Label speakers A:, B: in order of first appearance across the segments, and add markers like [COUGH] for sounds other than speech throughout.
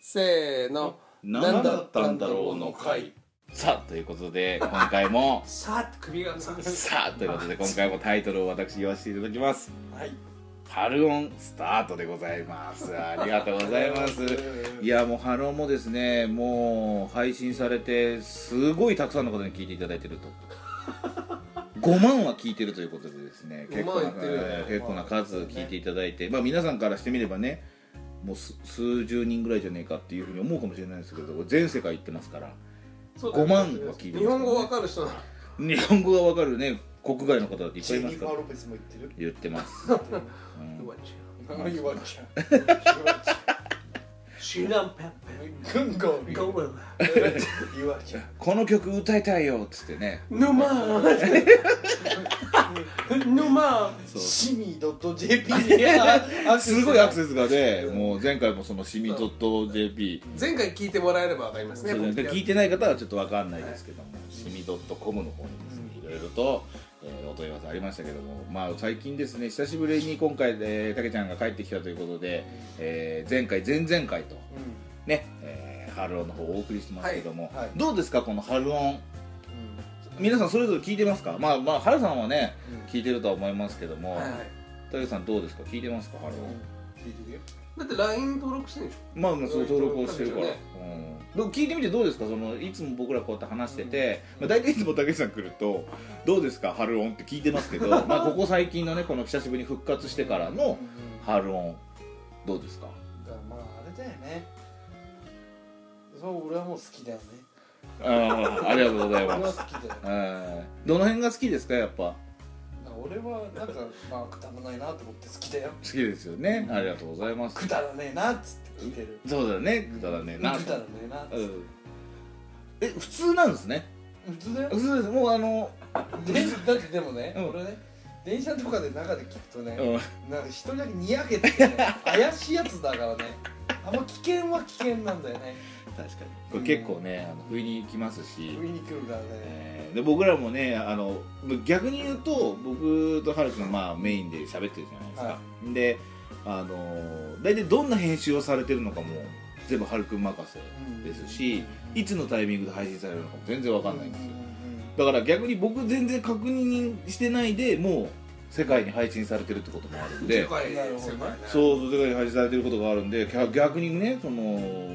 A: せーの
B: 何だったんだろうの回
C: さあということで今回も
D: さあって首がさ
C: さあということで今回もタイトルを私言わせていただきます
D: はい
C: パルオンスタートでございますありがとうございますいやもうハローもですねもう配信されてすごいたくさんの方に聞いていただいてると5万は聞いてるということでですね結構
A: 5
C: な
A: 万いってるよね
C: えー結構な数聞いていただいて、まあ皆さんからしてみればねもうす数十人ぐらいじゃねえかっていうふうに思うかもしれないですけど全世界行ってますから
A: そう
C: 5万は聞いてますね
A: 日本語わかる人なの
C: 日本語がわかるね国外の方だっていっぱいいますから
D: ロペスも言ってる
C: 言ってます、うん
A: うわちゃ
D: あいわちゃ
A: ん
D: ん
A: 知らんペン
D: ぐんごん
A: ペンごめん
D: いわちゃん
C: この曲歌いたいよっつってね [LAUGHS]
A: 沼沼
C: [LAUGHS] そう
D: シミドット JP であ
C: すごいアクセスがね、もう前回もそのシミドット JP
A: 前回聞いてもらえればわかります
C: そう
A: ね
C: ですね
A: 僕
C: 聞いてない方はちょっとわかんないですけども、シミドットコムの方にですねいろいろと、えーお問い合わせありましたけどもまあ最近ですね久しぶりに今回でたけちゃんが帰ってきたということで、えー前回前々回とね、えーハルオンの方をお送りしてますけども、
D: はいはい
C: どうですかこのハルオン皆さんそれぞれ聞いてますかまあまあハルさんはね聞いてるとは思いますけども、
A: はいはい
C: たけさんどうですか聞いてますかハルオン、
A: だって LINE 登録してんでし
C: まあまあそう登録をしてるから、
A: そうで
C: うん、でも聞いてみてどうですかそのいつも僕らこうやって話してて、まあ、大体いつも竹内さん来ると「どうですか春音」って聞いてますけ [LAUGHS] どまあここ最近のねこの久しぶりに復活してからの春音どうですか
D: まああれだよねそう俺はもう好きだよね
C: あーありがとうござい
D: 俺は
C: ま
D: 好
C: す
D: きだよ
C: [LAUGHS] えーどの辺が好きですかやっぱ好
D: 俺はなんかまあくだらないなと思って好きだよ
C: きですよねありがとうございます
D: くだらねえなっつって聞いてる
C: そうだよねくだらねえ
D: くだ
C: な
D: らねえな
C: うんえ普通なんですね
D: 普通だよ
C: 普通ですもうあの、
D: 電車だってでもね、
C: うん
D: 俺ね電車とかで中で聞くとね、
C: うん、
D: なんか一人だけにやけてて、ね、怪しいやつだからねあんま危険は危険なんだよね
C: 確かにこれ結構ね、あの不意に来ますし
D: 上に来るからね
C: えーで僕らもねあの逆に言うと僕とハルくんまあメインで喋ってるじゃないですか、
D: は
C: であの大体どんな編集をされてるのかも全部ハルくん任せですし、いつのタイミングで配信されるのかも全然わかんないんですよ、だから逆に僕全然確認してないでもう世界に配信されてるってこともあるん
A: ょ
C: で
A: 世界ですよね
C: そう世界に配信されてることがあるんで逆逆にねその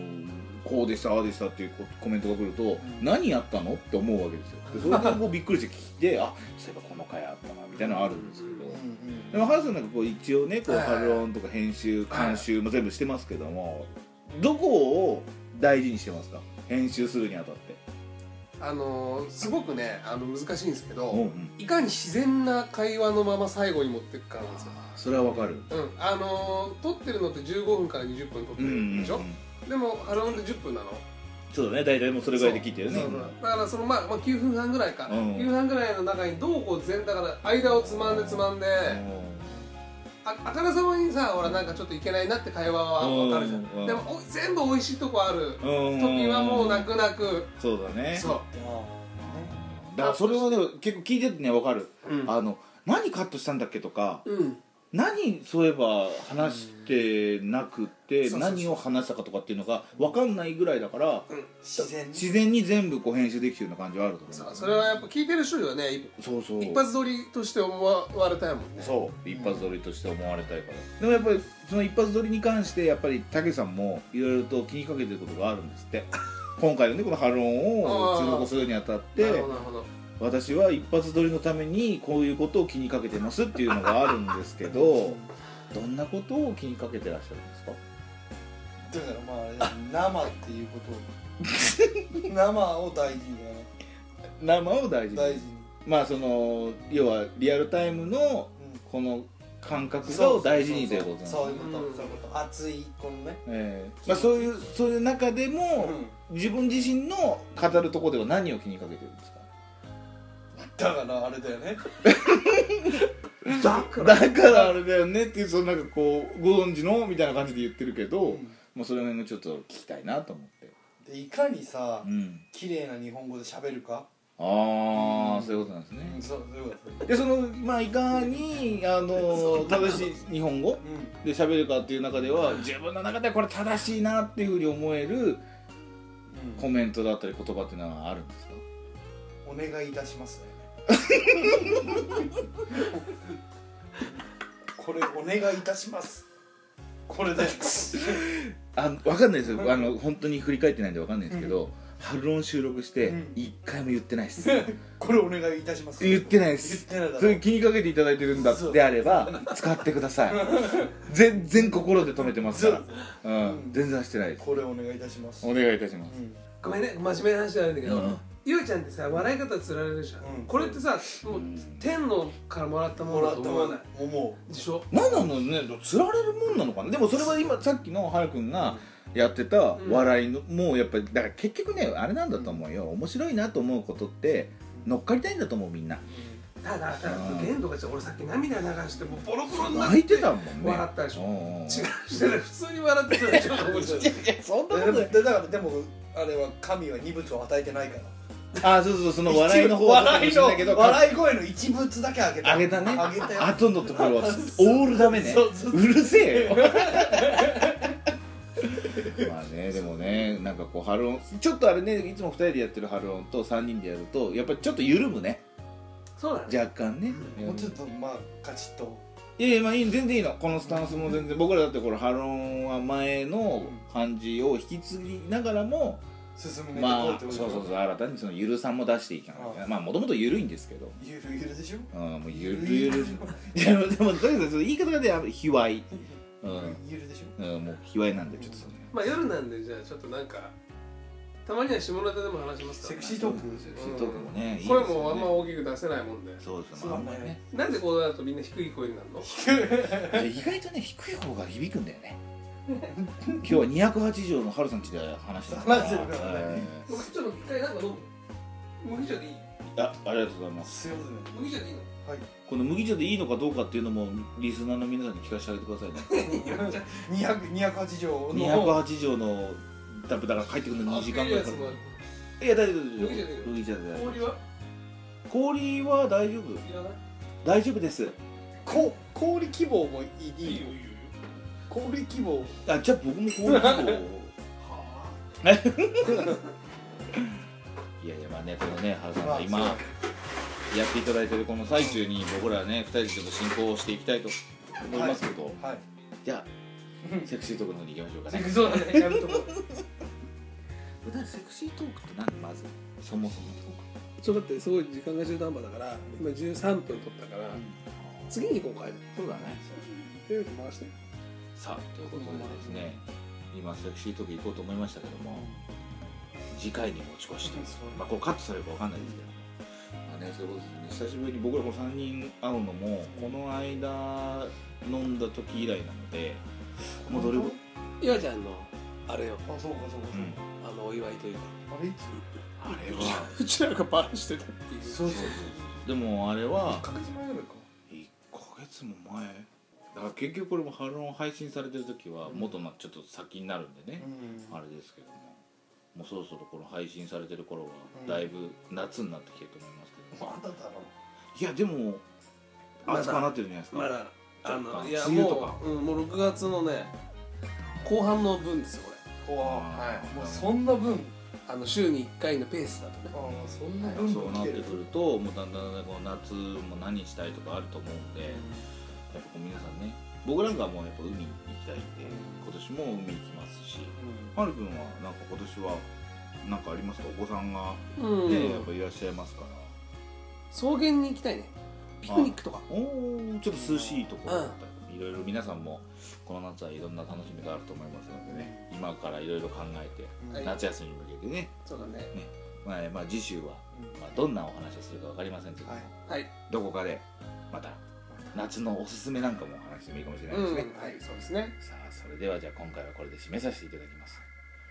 C: こうでしたああでしたっていうココメントが来ると、
D: ん
C: 何やったのって思うわけですよでそれでこうびっくりして聞いて [LAUGHS] あそういえばこの回あったなみたいなのあるんですけど、でもハルさんなんかこう一応ねこう
A: はい
C: ハルオンとか編集
A: はい
C: 監修も全部してますけどもどこを大事にしてますか編集するにあたって
A: あのーすごくねあの難しいんですけど、
C: うんうん
A: いかに自然な会話のまま最後に持っていくかなんですよ
C: それはわかる
A: うんあのー撮ってるのって15分から20分撮って
C: うん
A: る
C: うん、うん、
A: でしょ、でもハローンって10分なの
C: そうだね大体もうそれぐらいで聞いてるね
A: そうそうだからそのまあ、まあ、9分半ぐらいか、
C: うん
A: 9分半ぐらいの中にどうこう全だから間をつまんでつまんで、ああからさまにさほらなんかちょっといけないなって会話は分かるじゃん、
C: うん
A: でもお全部美味しいとこある
C: うん
A: 時はもう泣く泣く、
C: そうだね
A: そ
C: だからそれはね結構聞いててねわかる、
A: ううん
C: あの何カットしたんだっけとか
A: うん
C: 何そういえば話してなくて、
A: うん
C: 何を話したかとかっていうのがわかんないぐらいだから、
D: 自然
C: 自然に全部こう編集できてるような感じはあると思う
A: さそれはやっぱ聞いてる人にはねい
C: そうそう
A: 一発撮りとして思われたいもんね
C: そう一発撮りとして思われたいから、でもやっぱりその一発撮りに関してやっぱりたけさんもいろいろと気にかけてることがあるんです
A: [LAUGHS]
C: って今回のねこの「ハロン」を注目するにあたって
A: なるほどなるほど
C: 私は一発撮りのためにこういうことを気にかけてますっていうのがあるんですけ [LAUGHS] どどんなことを気にかけてらっしゃるんですか
D: だからまああれだよ生っていうことを生を大事にだね
C: 生を大事に
D: 大事に、
C: まあその要はリアルタイムの
D: う
C: この感覚さを大事にということなんです
D: そういうこと、
A: うん
D: そういうこと熱いこのね、
C: ええまあ、そういうそういう中でも、自分自身の語るとこでは何を気にかけてるんですか
D: だからあれだよね
A: だか
C: だからあれだよねっていうそのなんかこうご存知のみたいな感じで言ってるけど、
D: ん
C: まあ、それもちょっと聞きたいなと思って、
D: でいかにさ
C: うん、
D: 綺麗な日本語で喋るか
C: あああそういうことなんですね、
D: うん、そうよかった
C: でそのまあいかに [LAUGHS] あの正しい日本語
D: うん
C: で喋るかっていう中では自分の中でこれ正しいなっていうふうに思えるコメントだったり言葉っていうのはあるんですか
D: お願いいたしますね
C: [LAUGHS]
D: これお願いいたしますこれです
C: あ分かんないですよあの本当に振り返ってないんで分かんないですけど、春音収録して
D: うん
C: 一回も言ってないです
D: これお願いいたします
C: 言ってないです
D: 言ってないだ
C: それ
D: ろ
C: 気にかけていただいてるんだであれば使ってください全然心で止めてますから、うん
D: うん
C: 全然してないです
D: これお願いいたします
C: お願いいたします、
D: うん
A: ごめんね真面目な話じゃないんだけど、
C: うん
A: ゆうちゃんってさ笑い方つられるじゃん、
D: うん
A: これってさもう天のからもらったも
D: も
A: の
D: ら
A: だ
D: っ
A: と
D: た
A: 思
D: も
A: わ
D: ん
A: ない
D: 思
A: でしょ
C: 何なのねつられるもんなのかなでもそれは今さっきのはるくんがやってた
A: うん
C: 笑いの、もうやっぱりだから結局ねあれなんだと思うよ面白いなと思うことって乗っかりたいんだと思うみんな
A: ただただ
C: うん
A: 限度が違う俺さっき涙流してもうボロボロになって
C: 泣いてたもんね
A: 笑ったでしょ
C: ょ
A: 違うしてない普通に笑ってたらち
C: [LAUGHS]
A: ょっと面白い
C: そん
D: うででだからでもあれは神は二物を与えてないから
C: [LAUGHS] あそうそうその笑いの方は
D: 笑い
C: しれないけ
D: の
C: ど
D: 笑い声の一物だけあげた
C: あげたね
D: あげたよ
C: 後のとこ
D: [LAUGHS]
C: ろはオールダメね
D: そうそう
C: うるせえ
D: [LAUGHS]
C: よまあねでもねなんかこう春音ちょっとあれねいつも2人でやってる春音と3人でやるとやっぱりちょっと緩むね
A: そうだね
C: 若干ね
D: もうちょっとまあカチッと
C: いやいやまあいい全然いいのこのスタンスも全然僕らだってこれハロンは前の感じを引き継ぎながらも、
D: 進めてい
C: ま
D: こう
C: あ
D: って
C: そ
D: こ
C: う
D: と
C: そう
D: でしょ
C: そう新たにそのゆるさも出していかなきゃいけないまあもともと緩いんですけど、
D: ゆるゆるでしょ
C: うん、もうゆるゆるいやでもとりあえずその言い方がねあの卑猥うん、
D: ゆるでしょ
C: うん、もう卑猥なんでちょっとそれ
A: まあ夜なんでじゃあちょっとなんかたまには下ネタでも話しますから、
D: セクシートーク
C: セクシートークもね、いいですよ
A: 声
C: ね
A: もあんま大きく出せないもんで
C: そうです
D: そう
C: ね
D: だ
C: あ
D: ね
C: んまりね
A: なんでこうなるとみんな低い声になるの
C: いや意外とね低い方が響くんだよね今日は208条のハルさんちで話してた
D: 話してるからね
C: え
A: ごめんちょっと一回なんか飲む麦茶でいい
C: ーあありがとうございます
D: すいま
A: 麦茶でいいの
C: この麦茶でいいのかどうかっていうのもリスナーの皆さんに聞かせてあげてくださいね
D: せん200 208条の
C: 208条のだだから帰ってくるの2時間ぐらいかか
A: あ
C: るいや大丈夫大丈夫
A: 麦茶でいいよ
C: 麦茶で
A: いいやつ
C: 大丈
A: も
C: 夫
A: 氷は
C: 氷は大丈夫
A: いらない
C: 大丈夫です
D: こ氷希望もいいいいよ
A: いいよ
D: 氷希望
C: あじゃあ僕も氷希望
A: は
C: [LAUGHS] をいやいやまあねこのね原さん
D: ま
C: が
D: あ
C: 今やっていただいてるこの最中に僕らね2人でちょっと進行をしていきたいと思いますけど、
D: はい
C: じゃあセクシートークの方に行きましょうか
A: あ
C: ね
A: そうだねやるとこ
C: 普段セクシートークって何まずそもそも
A: ちょっと待ってすごい時間が中途半端だから今13分取ったから、次に行こうかい
C: そうだね
A: テレビ回して
C: さあということでですね今セクシー時行こうと思いましたけども次回に持ち越してまあこれカットされるかわかんないですけどもまあねそういうことですね久しぶりに僕らこの3人会うのもこの間飲んだ時以来なのでもうどれぐらい
A: 岩ちゃんのあれよ
D: あそうかそうかそうか
A: あのお祝いというか
D: あれい
C: あれは
A: うちらがバラしてたっていう
D: つそうそう
C: でもあれは
D: 1ヶ月前ぐらいか
C: 1ヶ月も前だから結局これもハロン配信されてる時は元のちょっと先になるんでね、
D: うん
C: あれですけどももうそろそろこの配信されてる頃は
D: うん
C: だいぶ夏になってきてると思いますけど、
D: まだだろ
C: いやでも
A: まだ
C: 暑くはなってるんじゃないですか、
A: まだあのいや
C: 梅雨とか
A: もう,、うん、もう6月のね後半の分ですよこれ
D: 怖
C: はい
D: もうそんな分
A: あの週に1回のペースだとね
D: ああそんな
C: はい
D: 分
C: そうなっ
D: 来
C: て
D: て
C: く
D: る
C: るともうだんだんねこの夏も何したいとかあると思うんでやっぱこう皆さんね僕なんかはもうやっぱ海に行きたいんで今年も海行きますしはるくんはなんか今年はなんかありますかお子さんが
A: うん、
C: ね、やっぱいらっしゃいますから
A: 草原に行きたいねピクニックとか
C: おーちょっと涼しいところだったり、いろいろ皆さんもこの夏はいろんな楽しみがあると思いますのでね今からいろいろ考えて
D: うん
A: はい
C: 夏休みに向けてね、
A: そうだね
C: まあまあ、次週は、
D: うん
C: まあ、どんなお話をするか分かりませんけど、
D: はい
A: はい
C: どこかでまた夏のおすすめなんかもお話してもいいかもしれない
A: うん
C: で
A: は
C: すね、
A: いそうですね
C: さあそれではじゃあ今回はこれで締めさせていただきます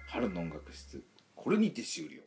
C: 春の音楽室これにて終了